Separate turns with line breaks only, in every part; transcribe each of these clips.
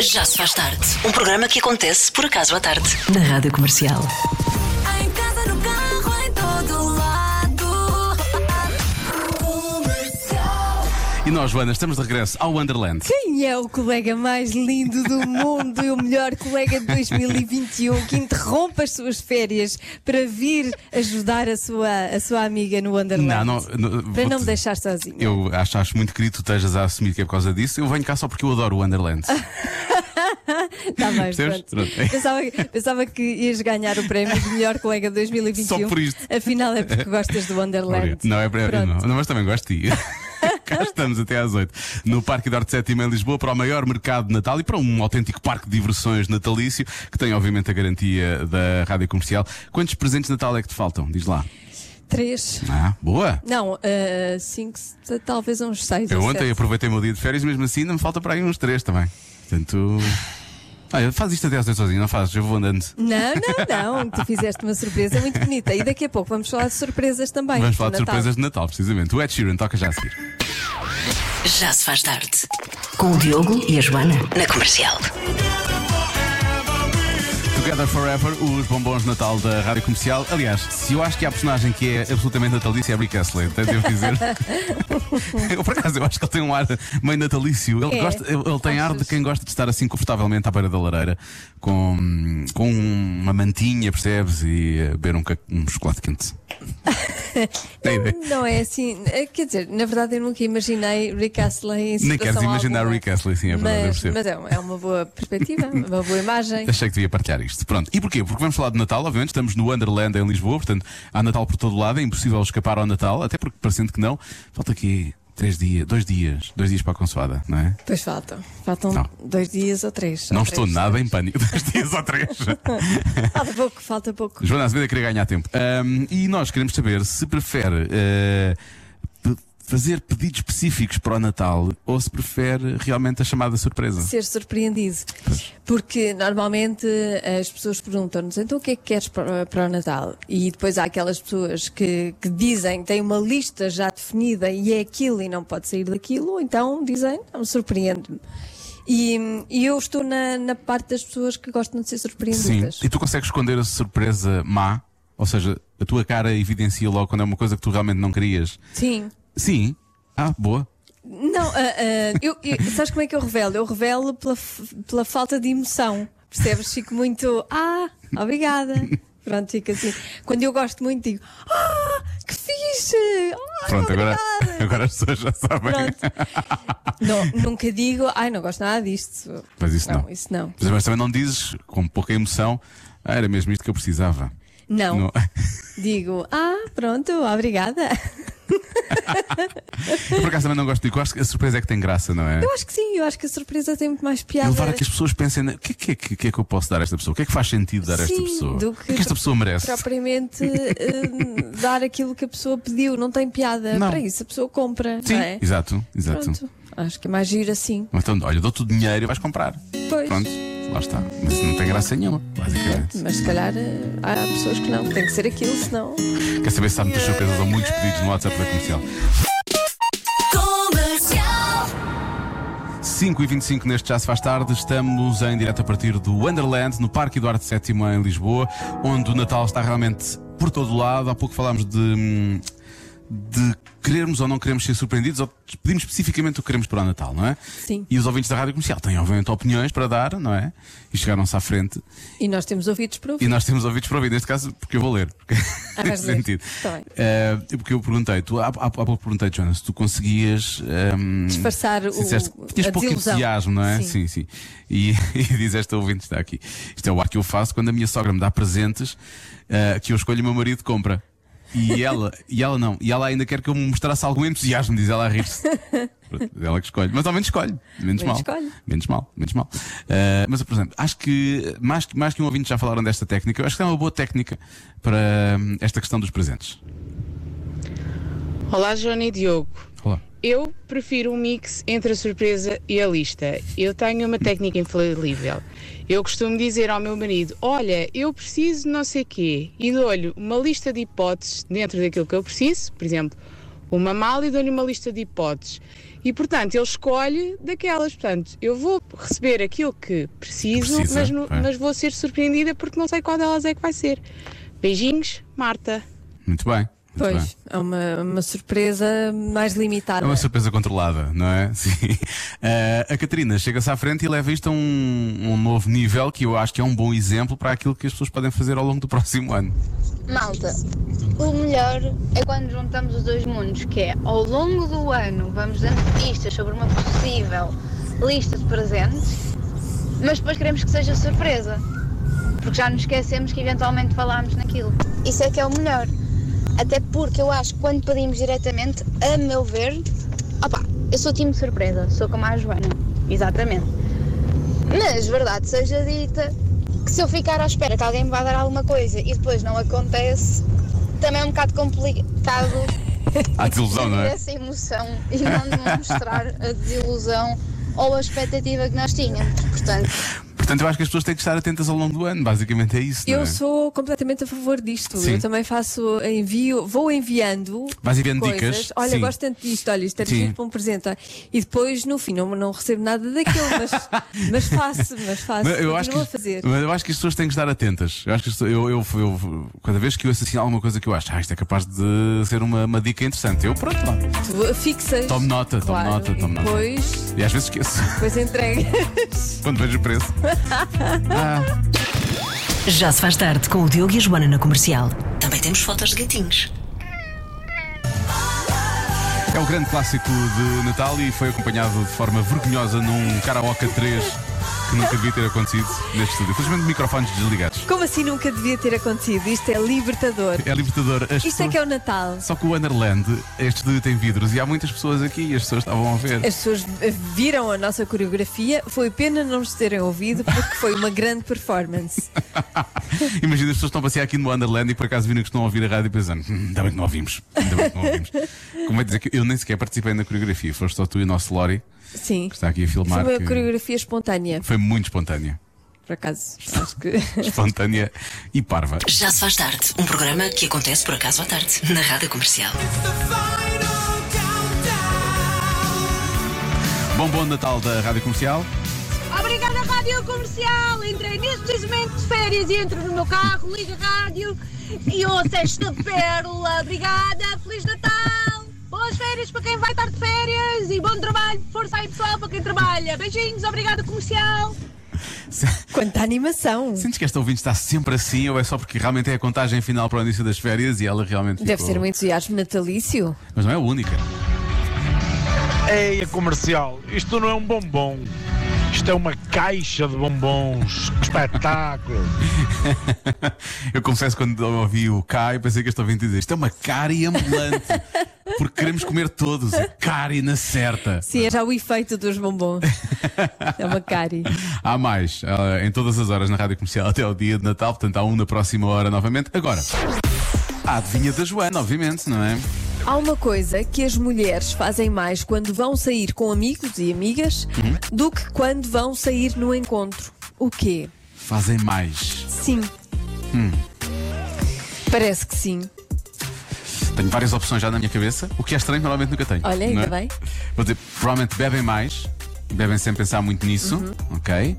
Já se faz tarde. Um programa que acontece por acaso à tarde.
Na Rádio Comercial.
Em casa, no carro, em todo lado. Comercial.
E nós, Joana, estamos de regresso ao Wonderland.
Quem é o colega mais lindo do mundo e o melhor colega de 2021 que interrompe as suas férias para vir ajudar a sua, a sua amiga no Wonderland? para não
vou-te-
me deixar sozinha.
Eu acho, acho muito querido que tu estejas a assumir que é por causa disso. Eu venho cá só porque eu adoro o Wonderland.
Ah, Tá bem,
Percebes?
pronto.
Pronto.
Pensava, pensava que ias ganhar o prémio de melhor colega de 2021.
Só por isto.
Afinal é porque gostas do Wonderland.
Obrigado. Não é para
Pronto.
não, não, mas também gosto de ti. Cá estamos até às 8 no Parque de Arte Sétima em Lisboa para o maior mercado de Natal e para um autêntico parque de diversões natalício que tem obviamente a garantia da rádio comercial. Quantos presentes de Natal é que te faltam? Diz lá.
Três.
Ah, boa!
Não, ah, cinco, se- talvez uns seis.
Eu
ou
ontem
sete.
aproveitei o meu dia de férias, mesmo assim ainda me falta para aí uns três também. Portanto. Olha, faz isto até às 8 sozinho, não fazes? Eu vou andando.
Não, não, não. Tu fizeste uma surpresa muito bonita. E daqui a pouco vamos falar de surpresas também.
Vamos
do
falar de
é Natal.
surpresas de Natal, precisamente. O Ed Sheeran toca já a seguir.
Já se faz tarde.
Com o Diogo e a Joana.
Na comercial.
Together Forever, os bombons de Natal da Rádio Comercial. Aliás, se eu acho que há personagem que é absolutamente natalício, é Brie Kessler, até devo dizer. eu, por acaso, eu acho que ele tem um ar meio natalício. Ele,
É.
gosta, ele, ele tem ar de
Achas?
quem gosta de estar assim confortavelmente à beira da lareira, com, com uma mantinha, percebes? E eh, beber um, ca- um chocolate quente. Tem ideia.
Não é assim. eh, Quer dizer, na verdade eu nunca imaginei Rick Astley em
Nem
situação
queres imaginar
alguma.
Rick Astley, sim, é verdade, eu
Mas,
percebo.
mas é, um- é uma boa perspectiva, uma boa imagem.
Achei que devia partilhar isto. Pronto. E porquê? Porque vamos falar de Natal, obviamente. Estamos no Wonderland em Lisboa, portanto há Natal por todo lado, é impossível escapar ao Natal, até porque parecendo que não, falta aqui três dias, dois dias, dois dias para a consoada, não é?
Pois faltam. Faltam
Não.
dois dias ou três.
não
ou
estou
três.
nada em pânico. Dois dias ou três.
Falta pouco, falta pouco.
Joana Azevedo é queria ganhar tempo. Ahm, e nós queremos saber se prefere eh, pe- fazer pedidos específicos para o Natal ou se prefere realmente a chamada surpresa.
Ser surpreendido. Porque normalmente eh, as pessoas perguntam-nos então o que é que queres para, para o Natal? E depois há aquelas pessoas que, que dizem têm uma lista já definida e é aquilo e não pode sair daquilo, ou então dizem não, surpreende-me. E, e eu estou na, na parte das pessoas que gostam de ser
Sim.
surpreendidas.
E tu consegues esconder a surpresa má? Ou seja, a tua cara evidencia logo quando é uma coisa que tu realmente não querias.
Sim.
Sim. Ah, boa.
Não, ah, ah, eu, eu- sabes como é que eu revelo? Eu revelo pela, f- pela falta de emoção. Percebes? Fico muito, ah, obrigada. Pronto, fico assim. Quando eu gosto muito, digo, ah, que fixe! Ah,
Pronto, agora,
obrigada."
agora as pessoas já sabem.
Pronto. Não, nunca digo, ai, não gosto nada disto.
Mas isso não.
Isso não.
Mas, mas também não dizes com pouca emoção. Ah, era mesmo isto que eu precisava.
Não.
Não.
Digo, ah, pronto, obrigada.
Eu por acaso também não gosto de. Eu acho que a surpresa é que tem graça, não é?
Eu acho que sim, eu acho que a surpresa tem muito mais
E
piada.
levar a que as pessoas pensem na- o que, é que, é que- que é que eu posso dar a esta pessoa? O que é que faz sentido dar a esta
Sim,
pessoa?
do
o que é que esta
pro-
pessoa merece?
Propriamente eh, dar aquilo que a pessoa pediu, não tem piada.
Não.
Para isso a pessoa compra,
Sim,
não é?
exato, exato.
Pronto. Acho que é mais giro assim.
Ou Então, olha, dou-te o dinheiro e vais comprar.
Pois.
Pronto, lá está. Mas não tem graça nenhuma, basicamente.
Mas se calhar eh, há pessoas que não, tem que ser aquilo, senão.
Quer saber se há muitas surpresas ou muitos pedidos no WhatsApp da comercial?
Comercial.
5 e 25 neste Já se faz tarde, estamos em direto a partir do Wonderland, no Parque Eduardo VII em Lisboa, onde o Natal está realmente por todo lado. Há pouco falámos de, hum, de querermos ou não queremos ser surpreendidos, ou pedimos especificamente o que queremos para o Natal, não é?
Sim.
E os ouvintes da Rádio Comercial têm, obviamente, opiniões para dar, não é? E chegaram-se à frente.
E nós temos ouvidos para
E
ouvir.
nós temos ouvidos para ouvir, neste caso, porque eu vou ler. Porque
Ah,
nesse
vais ler.
sentido.
Tá bem.
Eh, porque eu perguntei, tu, há, há, há pouco perguntei, Joana, se tu conseguias. ehm,
Disfarçar o-
se disseste que tinhas
a
pouco
desilusão.
entusiasmo, não é?
Sim.
sim. E, e diz esta ouvinte está aqui. Isto é o ar que eu faço quando a minha sogra me dá presentes eh, que eu escolho e o meu marido compra. E ela, e ela não, e ela ainda quer que eu me mostrasse algum entusiasmo, diz ela a rir-se. Pronto, Ela que escolhe, mas ao menos escolhe, menos,
Menos
mal.
escolhe.
Menos mal, menos mal. Eh, mas, por exemplo, acho que mais, que- mais que um ouvinte já falaram desta técnica, eu acho que é uma boa técnica para hum, esta questão dos presentes.
Olá, Joana e Diogo.
Olá.
Eu prefiro um mix entre a surpresa e a lista. Eu tenho uma técnica infalível. Eu costumo dizer ao meu marido: Olha, eu preciso não sei quê, e dou-lhe uma lista de hipóteses dentro daquilo que eu preciso, por exemplo, uma mala e dou-lhe uma lista de hipóteses. E, portanto, ele escolhe daquelas. Portanto, eu vou receber aquilo que preciso,
Precisa,
mas, não-
é.
mas vou ser surpreendida porque não sei qual delas é que vai ser. Beijinhos, Marta.
Muito bem. muito bem.
Pois, é uma, uma surpresa mais limitada.
É uma surpresa controlada, não é? Sim. Eh, a Catarina chega-se à frente e leva isto a um, um novo nível que eu acho que é um bom exemplo para aquilo que as pessoas podem fazer ao longo do próximo ano.
Malta, o melhor é quando juntamos os dois mundos, que é ao longo do ano vamos dando pistas sobre uma possível lista de presentes, mas depois queremos que seja surpresa, porque já nos esquecemos que eventualmente falámos naquilo. Isso é que é o melhor. Até porque eu acho que quando pedimos diretamente, a meu ver, opá, eu sou time de surpresa, sou como a Joana. Exatamente. Mas verdade seja dita, que se eu ficar à espera que alguém me vá dar alguma coisa e depois não acontece, também é um bocado complicado
Há desilusão, não
gerir
é?
essa emoção e não demonstrar a desilusão ou a expectativa que nós tínhamos. Portanto,
Portanto, eu acho que as pessoas têm que estar atentas ao longo do ano, basicamente é isso. não
Eu
é?
sou completamente a favor disto.
Sim.
Eu também faço eh, envio, vou enviando.
Vais enviando
coisas.
dicas,
Olha,
sim.
gosto tanto disto, olha, isto era
Sim.
giro para um presente. olha. E depois, no fim, não, não recebo nada daquilo, mas, mas faço, mas faço.
Mas eu, acho que,
continuo a fazer.
mas eu acho que as pessoas têm que estar atentas. Eu acho que as pessoas- eu, eu, eu- cada vez que eu associo alguma coisa que eu acho, ah, isto é capaz de ser uma, uma dica interessante. Eu, pronto, lá.
Tu fixas.
Tome nota, tome
claro,
nota, tome
e
nota.
depois,
E às vezes esqueço,
depois entregas.
quando vejo o preço.
Já se faz tarde com o Diogo e a Joana na comercial.
Também temos fotos de gatinhos.
É o grande clássico de Natal e foi acompanhado de forma vergonhosa num karaoke 3 que nunca devia ter acontecido neste estúdio. Felizmente, microfones desligados.
Como assim nunca devia ter acontecido? Isto é libertador.
É libertador. As
Isto é que é o Natal.
Só que o Wonderland, este estúdio tem vidros e há muitas pessoas aqui e as pessoas estavam a ver.
As pessoas eh, viram a nossa coreografia. Foi pena não nos terem ouvido, porque foi uma grande performance.
Imagina, as pessoas estão a passear aqui no Wonderland e por acaso viram que estão a ouvir a rádio e pensando, "Hum, ainda bem que não ouvimos. Ainda bem que não ouvimos. Como é dizer que eu nem sequer participei na coreografia, foste só tu e o nosso Lori, que
Sim.
está aqui a
Foi
filmar.
uma
que
coreografia espontânea,
Foi muito espontânea.
por acaso. Acho que.
Espontânea e parva.
Já se faz tarde. Um programa que acontece por acaso à tarde, na Rádio Comercial.
Bom bom Natal da Rádio Comercial.
Obrigada, Rádio Comercial. Entrei neste precisamente de férias e entro no meu carro, ligo a rádio e ouço esta pérola. Obrigada, Feliz Natal. Boas férias para quem vai estar de férias e bom trabalho. Força aí, pessoal, para quem trabalha. Beijinhos, obrigada, comercial.
Quanta animação!
Sentes que esta ouvinte está sempre assim ou é só porque realmente é a contagem final para o início das férias e ela realmente.
Deve
ficou-
ser um entusiasmo natalício.
Mas não é a única.
Ei, a comercial, isto não é um bombom. Isto é uma caixa de bombons. Que espetáculo.
Eu confesso quando ouvi o Kai, pensei que este ouvinte dizia isto é uma cárie ambulante. Porque queremos comer todos. A cárie na certa.
Sim, é já o efeito dos bombons. É uma cari.
Há mais ah, em todas as horas na rádio comercial até ao dia de Natal, portanto há um na próxima hora novamente. Agora, a adivinha da Joana, obviamente, não é?
Há uma coisa que as mulheres fazem mais quando vão sair com amigos e amigas do que quando vão sair no encontro. O quê?
Fazem mais.
Sim.
Hum.
Parece que sim.
Tenho várias opções já na minha cabeça, o que é estranho, normalmente nunca tenho.
Olha,
não
ainda
é?
bem.
Vou dizer, provavelmente bebem mais, bebem sem pensar muito nisso,
Uhum.
ok?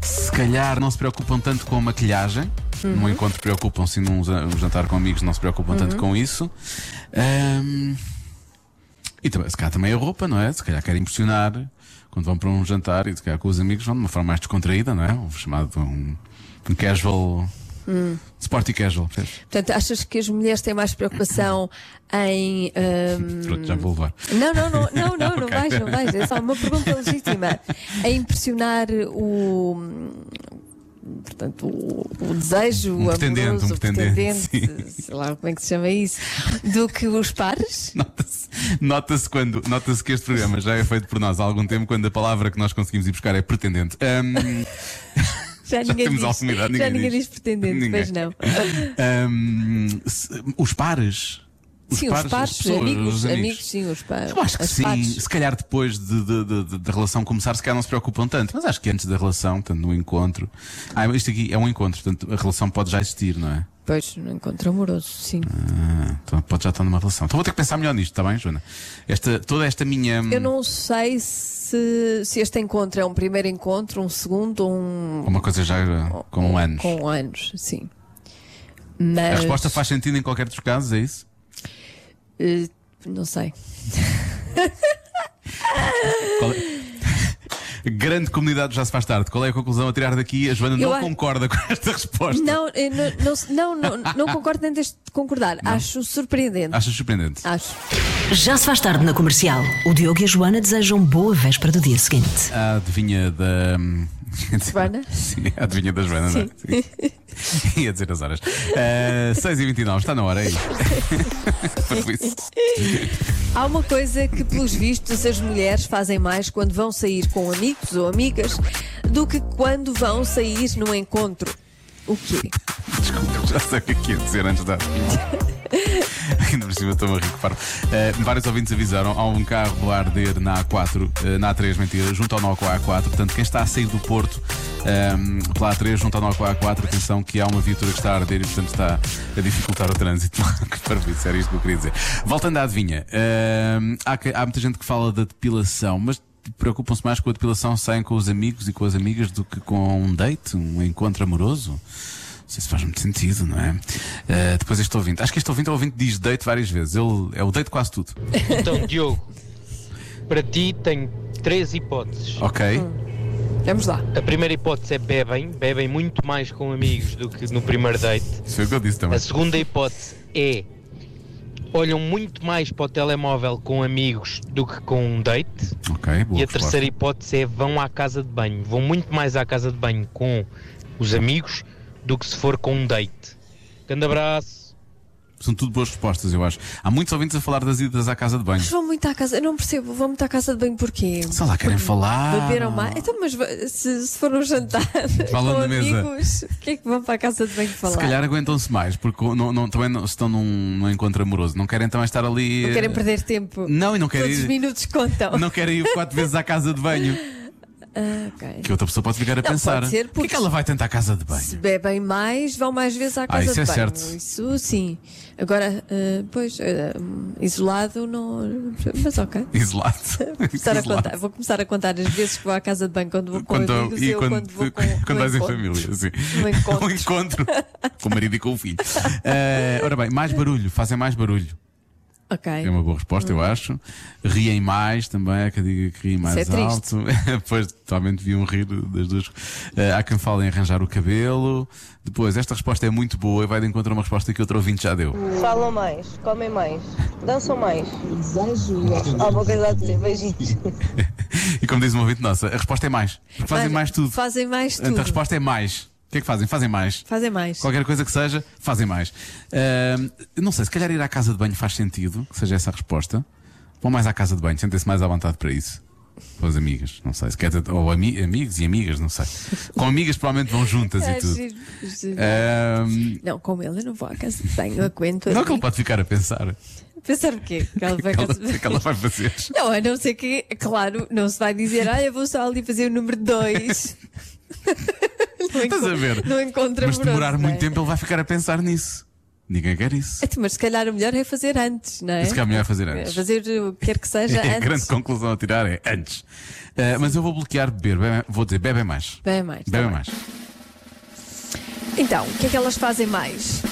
Se calhar não se preocupam tanto com a maquilhagem.
Uhum.
Num encontro preocupam-se, num ja- um jantar com amigos não se preocupam
Uhum.
tanto com isso. Ahm, e também, se calhar também a roupa, não é? Se calhar querem impressionar quando vão para um jantar e se calhar com os amigos vão de uma forma mais descontraída, não é? Um chamado um, um casual.
Hum.
um Sporty casual, percebes?
Portanto, achas que as mulheres têm mais preocupação em. hum,
Pronto, já vou levar.
Não, não, não, não, não, não
Ok.
vais, não vais. É só uma pergunta legítima. A impressionar o. Portanto, o, o desejo,
Um
o
pretendente,
amoroso,
um
o
pretendente,
sei lá como é que se chama isso, do que os pares?
Nota-se nota-se quando nota-se que este programa já é feito por nós há algum tempo, quando a palavra que nós conseguimos ir buscar é pretendente. Ahm,
Já,
já
ninguém
temos
diz.
alguma idade, ninguém
já ninguém diz,
diz.
pretendente,
Ninguém.
pois não.
ahm, se- os pares.
sim, os
as
pares,
pessoas,
amigos,
os
amigos, sim, os pares.
Eu acho que
as
sim,
pares.
se calhar depois de- de- de- de- da relação começar, se calhar não se preocupam tanto, mas acho que antes da relação, portanto, no encontro. Ah, isto aqui é um encontro, portanto, a relação pode já existir, não é?
Pois, no encontro amoroso, sim.
Ah, então pode já estar numa relação. Então vou ter que pensar melhor nisto, está bem, Joana? Esta, toda esta minha.
Eu não sei se, se este encontro é um primeiro encontro, um segundo, um.
Uma coisa já eh, com anos.
Com anos, sim.
A
Mas.
resposta faz sentido em qualquer dos casos, é isso?
eh, não sei.
Qual é- Grande comunidade já se faz tarde. Qual é a conclusão a tirar daqui? A Joana
Eu
não
acho-
concorda com esta resposta.
Não, eh, não, não, se- não, não, não concordo nem deixo de concordar. Acho surpreendente.
Achas surpreendente?
Acho.
Já se faz tarde na comercial. O Diogo e a Joana desejam boa véspera do dia seguinte.
A adivinha da.
Joana?
Sim, a adivinha da Joana, não é? Sim. Ia dizer as horas. Ah, 6h29, está na hora aí. Foi isso.
Há uma coisa que, pelos vistos, as mulheres fazem mais quando vão sair com amigos ou amigas do que quando vão sair num encontro. O quê?
Desculpa, já sei o que é que ia dizer antes da. Ainda por cima estou a rir, reparo. Eh, vários ouvintes avisaram: há um carro a arder na A4, eh, na A3, mentira, junto ao nó com a A4. Portanto, quem está a sair do Porto ehm, pela A3, junto ao nó com a A4, atenção que há uma viatura que está a arder e, portanto, está a dificultar o trânsito. que parvice, era isto que eu queria dizer. Voltando à adivinha, ehm, há, que- há muita gente que fala da depilação, mas. Preocupam-se mais com a depilação, saem com os amigos e com as amigas do que com um date, um encontro amoroso? Não sei se faz muito sentido, não é? Eh, depois este ouvinte. Acho que este ouvinte é o ouvinte que diz deito várias vezes. Ele é o deito quase tudo.
Então, Diogo, para ti tenho três hipóteses.
Ok?
Hum. Vamos lá.
A primeira hipótese é bebem, bebem muito mais com amigos do que no primeiro date.
Isso foi o que eu disse também.
A segunda hipótese é olham muito mais para o telemóvel com amigos do que com um date.
Ok, boa
e a
resposta.
terceira hipótese é vão à casa de banho. Vão muito mais à casa de banho com os amigos do que se for com um date. Grande abraço.
São tudo boas respostas, eu acho. Há muitos ouvintes a falar das idas à casa de banho.
Mas vão muito à casa. Eu não percebo. Vão muito à casa de banho porquê?
Sei lá, querem falar.
Beberam mais? Então, mas va- se, se for um jantar
Falam
com
na mesa.
amigos, o que é que vão para a casa de banho falar?
Se calhar aguentam-se mais, porque não, não- também não, estão num, num encontro amoroso. Não querem também estar ali.
não querem
eh,
perder tempo.
Não, e não querem
Todos os
ir.
minutos contam.
Não querem ir quatro vezes à casa de banho.
Ah, ok.
Que outra pessoa pode ficar a pensar.
pode ser,
Por que é que
porque-
ela vai tentar à casa de
Se
banho?
bebem mais, vão mais vezes à casa
isso
de
é
banho.
certo.
Isso sim. Agora, ah, pois, ah, isolado não. Mas ok.
Isolado.
Vou começar, a
Isolado.
contar, vou começar a contar as vezes que vou à casa de banho quando vou com
quando,
amigos
e
eu
quando,
quando vou com,
quando
com um
vais em
encontros.
família, sim.
Com encontros.
Um encontro com o marido e com o filho. Eh, ora bem, mais barulho, fazem mais barulho.
Ok.
É uma boa resposta,
Uhum.
eu acho. Riem mais também, há quem diga que riem mais
é triste.
alto. pois totalmente deviam rir das duas. Eh, há quem fale em arranjar o cabelo. Depois, esta resposta é muito boa e vai de encontro a uma resposta que outro ouvinte já deu.
Falam mais, comem mais, dançam mais. Há uma coisa a dizer, beijinhos.
E como diz uma ouvinte nossa, a resposta é mais. Porque fazem mais tudo.
Fazem mais
Portanto,
tudo.
a resposta é mais. O que é que fazem? Fazem mais.
Fazem mais.
Qualquer coisa que seja, fazem mais. Ahm, não sei, se calhar ir à casa de banho faz sentido, que seja essa a resposta. Vão mais à casa de banho, sentem-se mais à vontade para isso. Com as amigas, não sei. Se quer, ou ami- amigos e amigas, não sei. Com amigas, provavelmente vão juntas e
Ah,
tudo. É.
giro, giro.
Ahm,
Não, com ele eu não vou à casa de banho, eu aguento.
não é
ali.
que ele pode ficar a pensar.
Pensar o quê? Que ela
O que
vai
é
à
que ela- o
casa de
que é
banho.
que ela vai fazer?
Não, a não ser que, claro, não se vai dizer, ah, eu vou só ali fazer o número 2.
Estás a ver?
Não encontra
Mas se demorar
amoroso, não é?
muito tempo, ele vai ficar a pensar nisso. Ninguém quer isso.
Então, Mas se calhar o melhor é fazer antes, não é?
Isso que a mulher vai fazer
É
antes.
Fazer o que quer que seja
É a grande
antes.
conclusão a tirar é antes. Ah, mas eu vou bloquear beber, bebe- vou dizer bebem mais.
Bem mais. tá
Bebem
bem.
mais.
Então, o que é que elas fazem mais?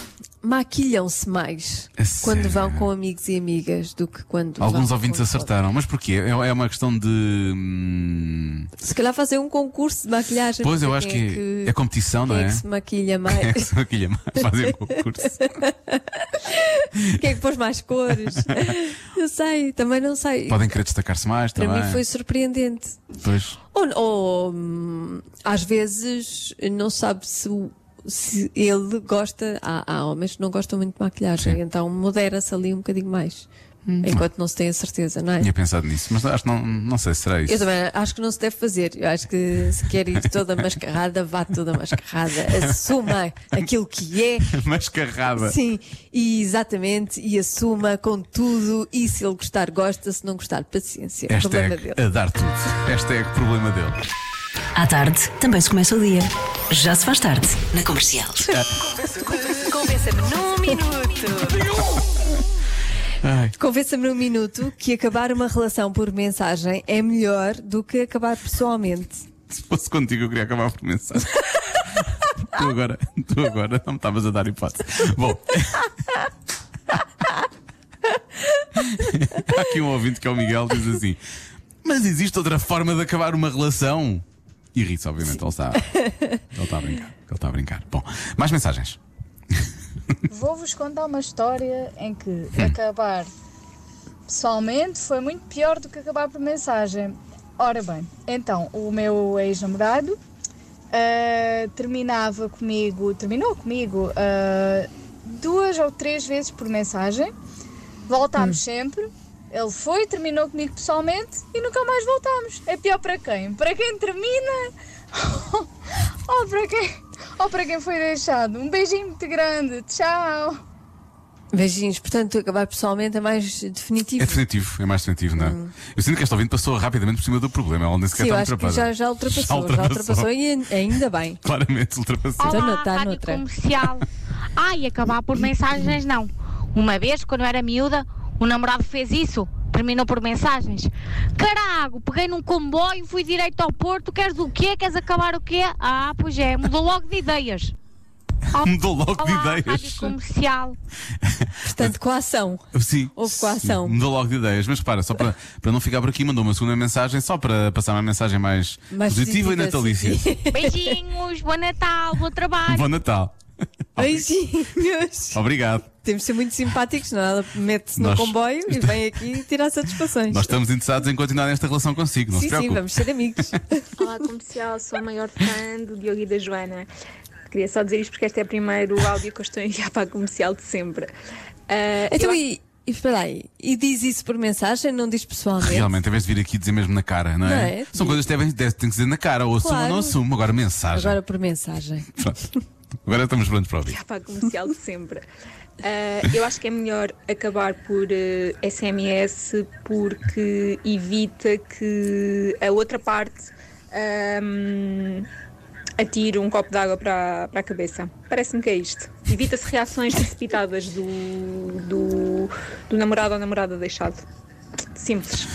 Maquilham-se mais
A sério?
quando vão com amigos e amigas do que quando.
Alguns
vão
ouvintes
com-
acertaram, mas porquê? É, é uma questão de. hum,
Se calhar fazer um concurso de maquilhagem.
Pois,
para
eu acho
quem
que é competição,
quem
não
é?
é?
que se maquilha
É
mais?
que são aquilo, fazem um concurso.
quem é que pôs mais cores? Não sei, também não sei.
Podem querer destacar-se mais
Para
também.
mim foi surpreendente.
Pois.
Ou, ou, hum, às vezes não sabe se, o- se ele gosta. Há, há homens que não gostam muito de maquilhagem,
Sim. Hum.
então modera-se ali um bocadinho mais. Enquanto não se tem a certeza, não é?
Tinha pensado nisso, mas acho que não, não sei se será isso.
Eu também acho que não se deve fazer. Eu acho que se quer ir toda mascarrada, vá toda mascarrada. Assuma aquilo que é.
Mascarrada.
Sim, e exatamente, e assuma com tudo. E se ele gostar, gosta. Se não gostar, paciência.
Hashtag
é Problema dele.
a dar tudo. Hashtag problema dele.
À tarde, também se começa o dia. Já se faz tarde.
Na comercial.
Convença-me num minuto.
Convença-me num minuto que acabar uma relação por mensagem é melhor do que acabar pessoalmente.
Se fosse contigo, eu queria acabar por mensagem. tu agora, tu agora não me estavas a dar hipótese. Bom. Há aqui um ouvinte que é o Miguel, diz assim: Mas existe outra forma de acabar uma relação? E ri-se, obviamente, ele está, ele está a brincar. Ele está a brincar. Bom, mais mensagens.
Vou-vos contar uma história em que acabar pessoalmente foi muito pior do que acabar por mensagem. Ora bem, então o meu ex-namorado ah, terminava comigo, terminou comigo ah, duas ou três vezes por mensagem. Voltámos sempre. Ele foi, terminou comigo pessoalmente e nunca mais voltámos. É pior para quem? Para quem termina ou para quem, ou para quem foi deixado. Um beijinho muito grande. Tchau.
Beijinhos, portanto, acabar pessoalmente é mais definitivo.
É definitivo, é mais definitivo, não é? Eu sinto que esta ouvinte passou rapidamente por cima do problema. Ela nem sequer
Hum. Sim, eu
está
acho que
ultrapassada.
já, já ultrapassou, já ultrapassou, e ainda bem.
Claramente ultrapassou.
Então não
Olá,
está
rádio
noutra.
Tá comercial. Ai, acabar por mensagens não. Uma vez, quando eu era miúda, o namorado fez isso. Terminou por mensagens. Carago, peguei num comboio, fui direito ao Porto. Queres o quê? Queres acabar o quê? Ah, pois é, mudou logo de ideias.
Ah,
Mudou logo de
Olá,
ideias.
Rádio comercial.
Portanto, com a ação.
Sim.
Houve coação.
Sim, Mudou logo de ideias, mas para, só para, para não ficar por aqui, mandou uma segunda mensagem só para passar uma mensagem mais,
Mais
positiva, e
positiva,
natalícia.
Beijinhos, bom Natal, bom trabalho.
Bom Natal.
Beijinhos.
Obrigado.
Temos de ser muito simpáticos, não? é? Ela mete-se no
Nós-
comboio e vem aqui tirar satisfações.
Nós estamos interessados em continuar esta relação consigo, não
sim,
se preocupe.
sim, vamos ser amigos.
Olá, comercial, sou a maior fã do Diogo e da Joana. Queria só dizer isto porque este é o primeiro áudio que eu estou a enviar para a comercial de sempre. Ah,
Então,
eu-
e, e espera aí, e diz isso por mensagem, não diz pessoalmente?
Realmente, em vez de vir aqui dizer mesmo na cara, não é?
Não é?
São coisas que devem, devem, têm que dizer na cara, ou assumo ou
Claro.
não assumo, agora mensagem.
Agora por mensagem.
Pronto. Agora estamos prontos para ouvir.
para a comercial de sempre. Ah, eu acho que é melhor acabar por eh, SMS porque evita que a outra parte ahm, atire um copo de água para, para a cabeça. Parece-me que é isto. Evita-se reações precipitadas do, do, do namorado ou namorada deixado. Simples.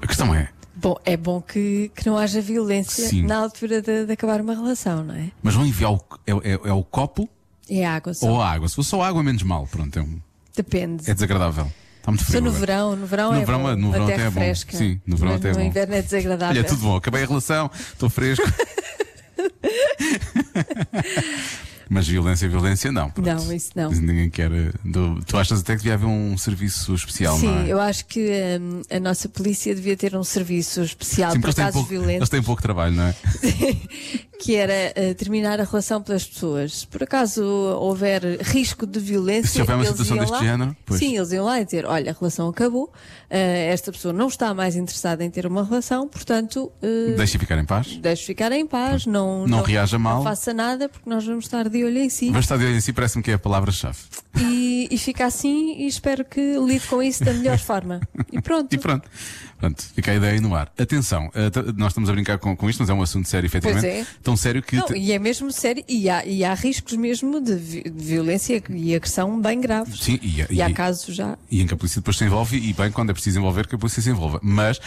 A questão é,
Bom, é bom que, que não haja violência
Sim.
na altura de, de acabar uma relação, não é?
mas vão enviar o, é, é- é o copo
É água só.
ou a água? Se for só água, menos mal. Pronto, é, um-
Depende.
é desagradável. Está muito
Só
frio.
no
agora.
verão, no verão
No
é
verão
bom.
é- no
a
verão
terra
até é bom.
fresca.
Sim, no verão
Mas
até é
no
bom.
inverno é desagradável.
Olha, tudo bom, acabei a relação, estou fresco. Mas violência, violência não. pronto.
Não, isso não.
Ninguém quer. eh, do- tu achas até que devia haver um serviço especial,
Sim,
não é?
eu acho que hum, a nossa polícia devia ter um serviço especial
Sim, porque
para
eles têm,
casos
pouco, eles
violentos,
têm pouco trabalho, não é?
que era uh, terminar a relação pelas pessoas. Por acaso houver risco de violência,
Se houver uma
eles
situação
iam
deste
lá,
género, pois.
sim, eles iam lá e dizer: olha, a relação acabou, uh, esta pessoa não está mais interessada em ter uma relação, portanto, uh,
Deixa ficar em paz.
deixe ficar em paz, não,
Não reaja mal.
não faça nada, porque nós vamos estar de olho em si.
Mas estar de olho em si parece-me que é a palavra-chave.
E, e fica assim e espero que lide com isso da melhor forma. E pronto.
E pronto. Pronto, fica a ideia aí no ar. Atenção, eh, t- nós estamos a brincar com, com isto, mas é um assunto sério, efetivamente.
Pois é.
Tão sério que.
Não,
te-
e é mesmo sério, e há, e há riscos mesmo de, vi- de violência e agressão bem graves.
Sim, e,
E há casos já.
E em que a polícia depois se envolve, e bem, quando é preciso envolver, que a polícia se envolva. Mas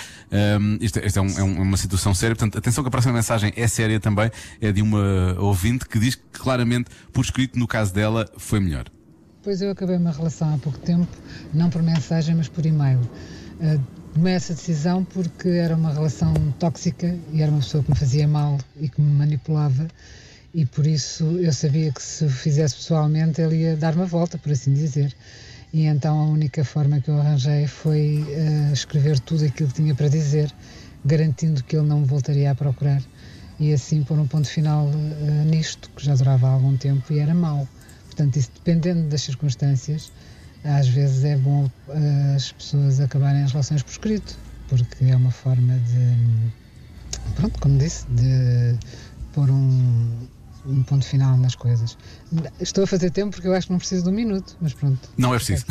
hum, isto, é- isto é, um- é um- uma situação séria, portanto, atenção que a próxima mensagem é séria também, é de uma ouvinte que diz que claramente, por escrito, no caso dela, foi melhor.
Pois eu acabei uma relação há pouco tempo, não por mensagem, mas por e-mail. Ah, Tomei essa decisão porque era uma relação tóxica e era uma pessoa que me fazia mal e que me manipulava, e por isso eu sabia É que se o fizesse pessoalmente ele ia dar uma volta, por assim dizer. E então a única forma que eu arranjei foi ah, escrever tudo aquilo que tinha para dizer, garantindo que ele não me voltaria a procurar. E assim pôr um ponto final ah, nisto, que já durava há algum tempo e era mau. Portanto, isso dependendo das circunstâncias, às vezes é bom eh, as pessoas acabarem as relações por escrito, porque é uma forma de, pronto, como disse, de pôr um, um ponto final nas coisas.
é
Estou a fazer tempo porque eu acho que não preciso de um minuto, mas pronto.
Não é preciso.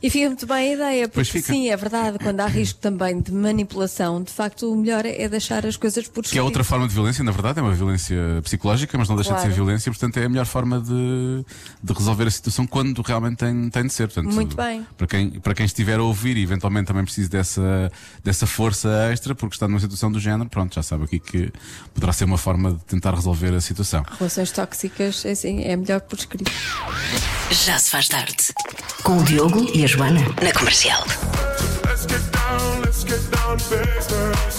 E fica muito bem a ideia,
Pois
porque
fica.
sim, é verdade, quando há risco também de manipulação, de facto o melhor é deixar as coisas por
Que é outra forma de violência, na verdade, é uma violência psicológica, mas não deixa de ser
Claro.
violência, portanto é a melhor forma de, de resolver a situação quando realmente tem, tem de ser. Portanto,
Muito bem.
Para quem, para quem estiver a ouvir e eventualmente também precisa dessa, dessa força extra, porque está numa situação do género, pronto, já sabe aqui que poderá ser uma forma de tentar resolver a situação.
Relações tóxicas, é assim, é melhor por escrito.
Já se faz tarde.
Com o Diogo e a Joana.
Na comercial.
Let's get down, let's get down to business.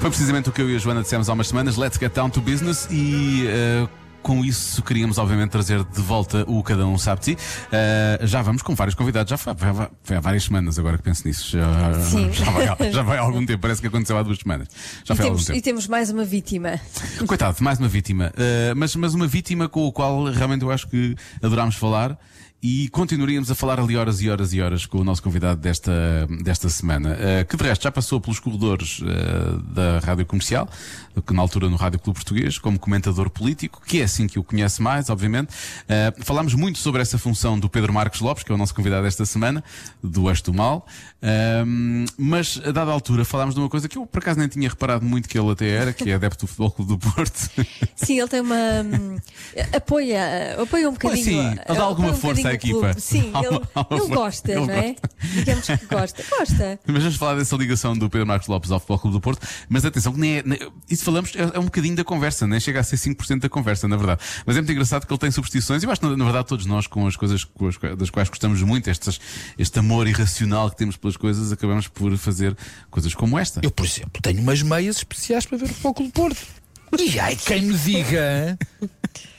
Foi precisamente o que eu e a Joana dissemos há umas semanas: Let's get down to business e. eh, com isso queríamos obviamente trazer de volta o Cada Um Sabe de Si. Eh, já vamos com vários convidados, já foi, foi- foi há várias semanas agora que penso nisso. Já,
Sim.
já vai, há- já vai há algum tempo, parece que aconteceu há duas semanas. Já
E
foi há algum
temos,
tempo.
e temos mais uma vítima.
Coitado, mais uma vítima. Uh, mas, mas uma vítima com a qual realmente eu acho que adorámos falar e continuaríamos a falar ali horas e horas e horas com o nosso convidado desta, desta semana, uh, que de resto já passou pelos corredores uh, da Rádio Comercial, que na altura no Rádio Clube Português, como comentador político, que é assim que o conhece mais, obviamente. Uh, falámos muito sobre essa função do Pedro Marcos Lopes, que é o nosso convidado desta semana, do Eixo do Mal. Um, mas a dada altura falámos de uma coisa que eu por acaso nem tinha reparado muito que ele até era, que é adepto do Futebol Clube do Porto.
Sim, ele tem uma. hum, apoia, apoia um
Pois
bocadinho.
sim,
apoia
dá alguma
um
força à
bocadinho o
equipa.
clube. Sim,
Há
ele,
uma- há uma
ele
força.
gosta,
Ele
não é? Digamos que gosta. Gosta.
Mas vamos falar dessa ligação do Pedro Marcos Lopes ao Futebol Clube do Porto. Mas atenção, que nem é, nem- isso falamos é, é um bocadinho da conversa, nem chega a ser 5% da conversa, na verdade. Mas é muito engraçado que ele tem superstições, e eu acho que, na, na verdade, todos nós, com as coisas com as qua- das quais gostamos muito, estas, este amor irracional que temos pelas coisas, acabamos por fazer coisas como esta. Eu, por exemplo, tenho umas meias especiais para ver o Futebol Clube do Porto.
E ai, quem me diga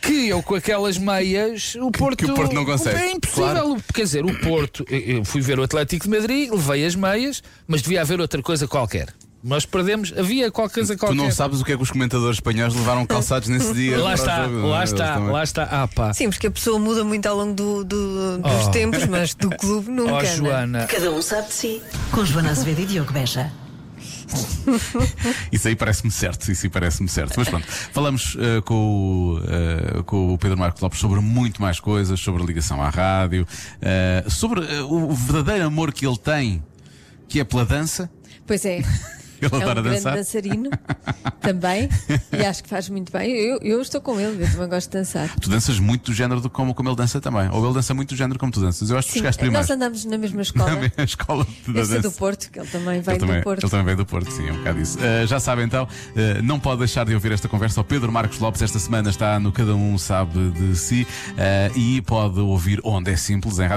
que eu com aquelas meias o Porto.
o Porto não consegue,
É impossível.
claro.
Quer dizer, o Porto. eu- Eu fui ver o Atlético de Madrid, levei as meias, mas devia haver outra coisa qualquer. Nós perdemos, havia qualquer coisa
Tu
qualquer.
não sabes o que é que os comentadores espanhóis levaram calçados nesse dia.
Lá
para o
está,
jogo, não é?
lá
Eles
está,
também.
lá está. Ah, pá.
Sim, porque a pessoa muda muito ao longo do- do- dos
Oh.
tempos, mas do clube nunca.
Oh,
não
né?
é?
Joana.
Cada um sabe de si. Com Joana Azevedo e Diogo Beja.
Isso aí parece-me certo, isso aí parece-me certo. Mas pronto, falamos eh, com, o, eh, com o Pedro Marco Lopes sobre muito mais coisas, sobre a ligação à rádio, eh, sobre eh, o verdadeiro amor que ele tem, que é pela dança.
Pois é.
Ele
é um
adora
grande
dançar.
dançarino também. E acho que faz muito bem. Eu, eu estou com ele, eu também gosto de dançar.
Tu danças muito do género do, como, como ele dança também. Ou ele dança muito do género como tu danças. Eu acho que tu chegaste primeiro
Nós andamos na mesma
na
escola.
mesma escola de
Eu
dança.
sou do Porto, que ele também vem
ele, também,
do Porto.
ele também veio do Porto, sim, é um bocado isso. Uh, já sabe então, uh, não pode deixar de ouvir esta conversa. O Pedro Marcos Lopes esta semana está no Cada Um Sabe de Si uh, e pode ouvir onde é simples, em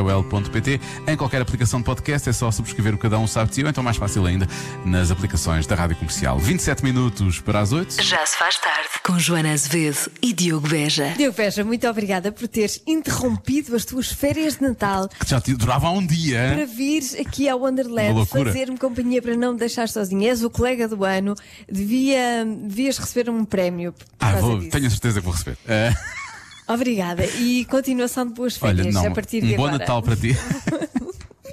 radiocomercial.ol.pt, em qualquer aplicação de podcast, é só subscrever o Cada Um Sabe de Si, ou então mais fácil ainda, nas aplicações da Rádio Comercial. 27 minutos para as 8.
Já se faz tarde. Com Joana Azevedo e Diogo Beja.
Diogo Veja, muito obrigada por teres interrompido as tuas férias de Natal
Que já te durava há um dia.
para
hein?
vires aqui ao
Uma
Wonderland
loucura.
fazer-me companhia para não me deixar sozinha. És o colega do ano, devia, devias receber um prémio. por
Ah,
causa
vou,
disso.
tenho a certeza que vou receber. Uh,
Obrigada e continuação de boas
Olha,
férias
não,
a partir
um
de
bom
agora.
Natal para ti.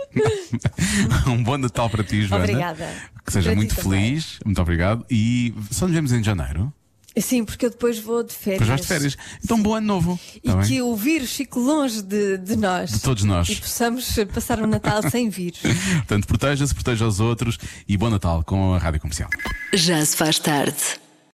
um bom Natal para ti, Joana.
Obrigada.
Que seja
Para ti
muito
também.
feliz, muito obrigado. E só nos vemos em janeiro.
Sim, porque eu depois vou de férias.
Depois vais de férias. Então, bom ano novo.
E
Tá bem?
que o vírus fique longe de, de nós.
De todos nós.
E possamos passar o Natal sem vírus.
Portanto, proteja-se, proteja os outros e bom Natal com a Rádio Comercial.
Já se faz tarde.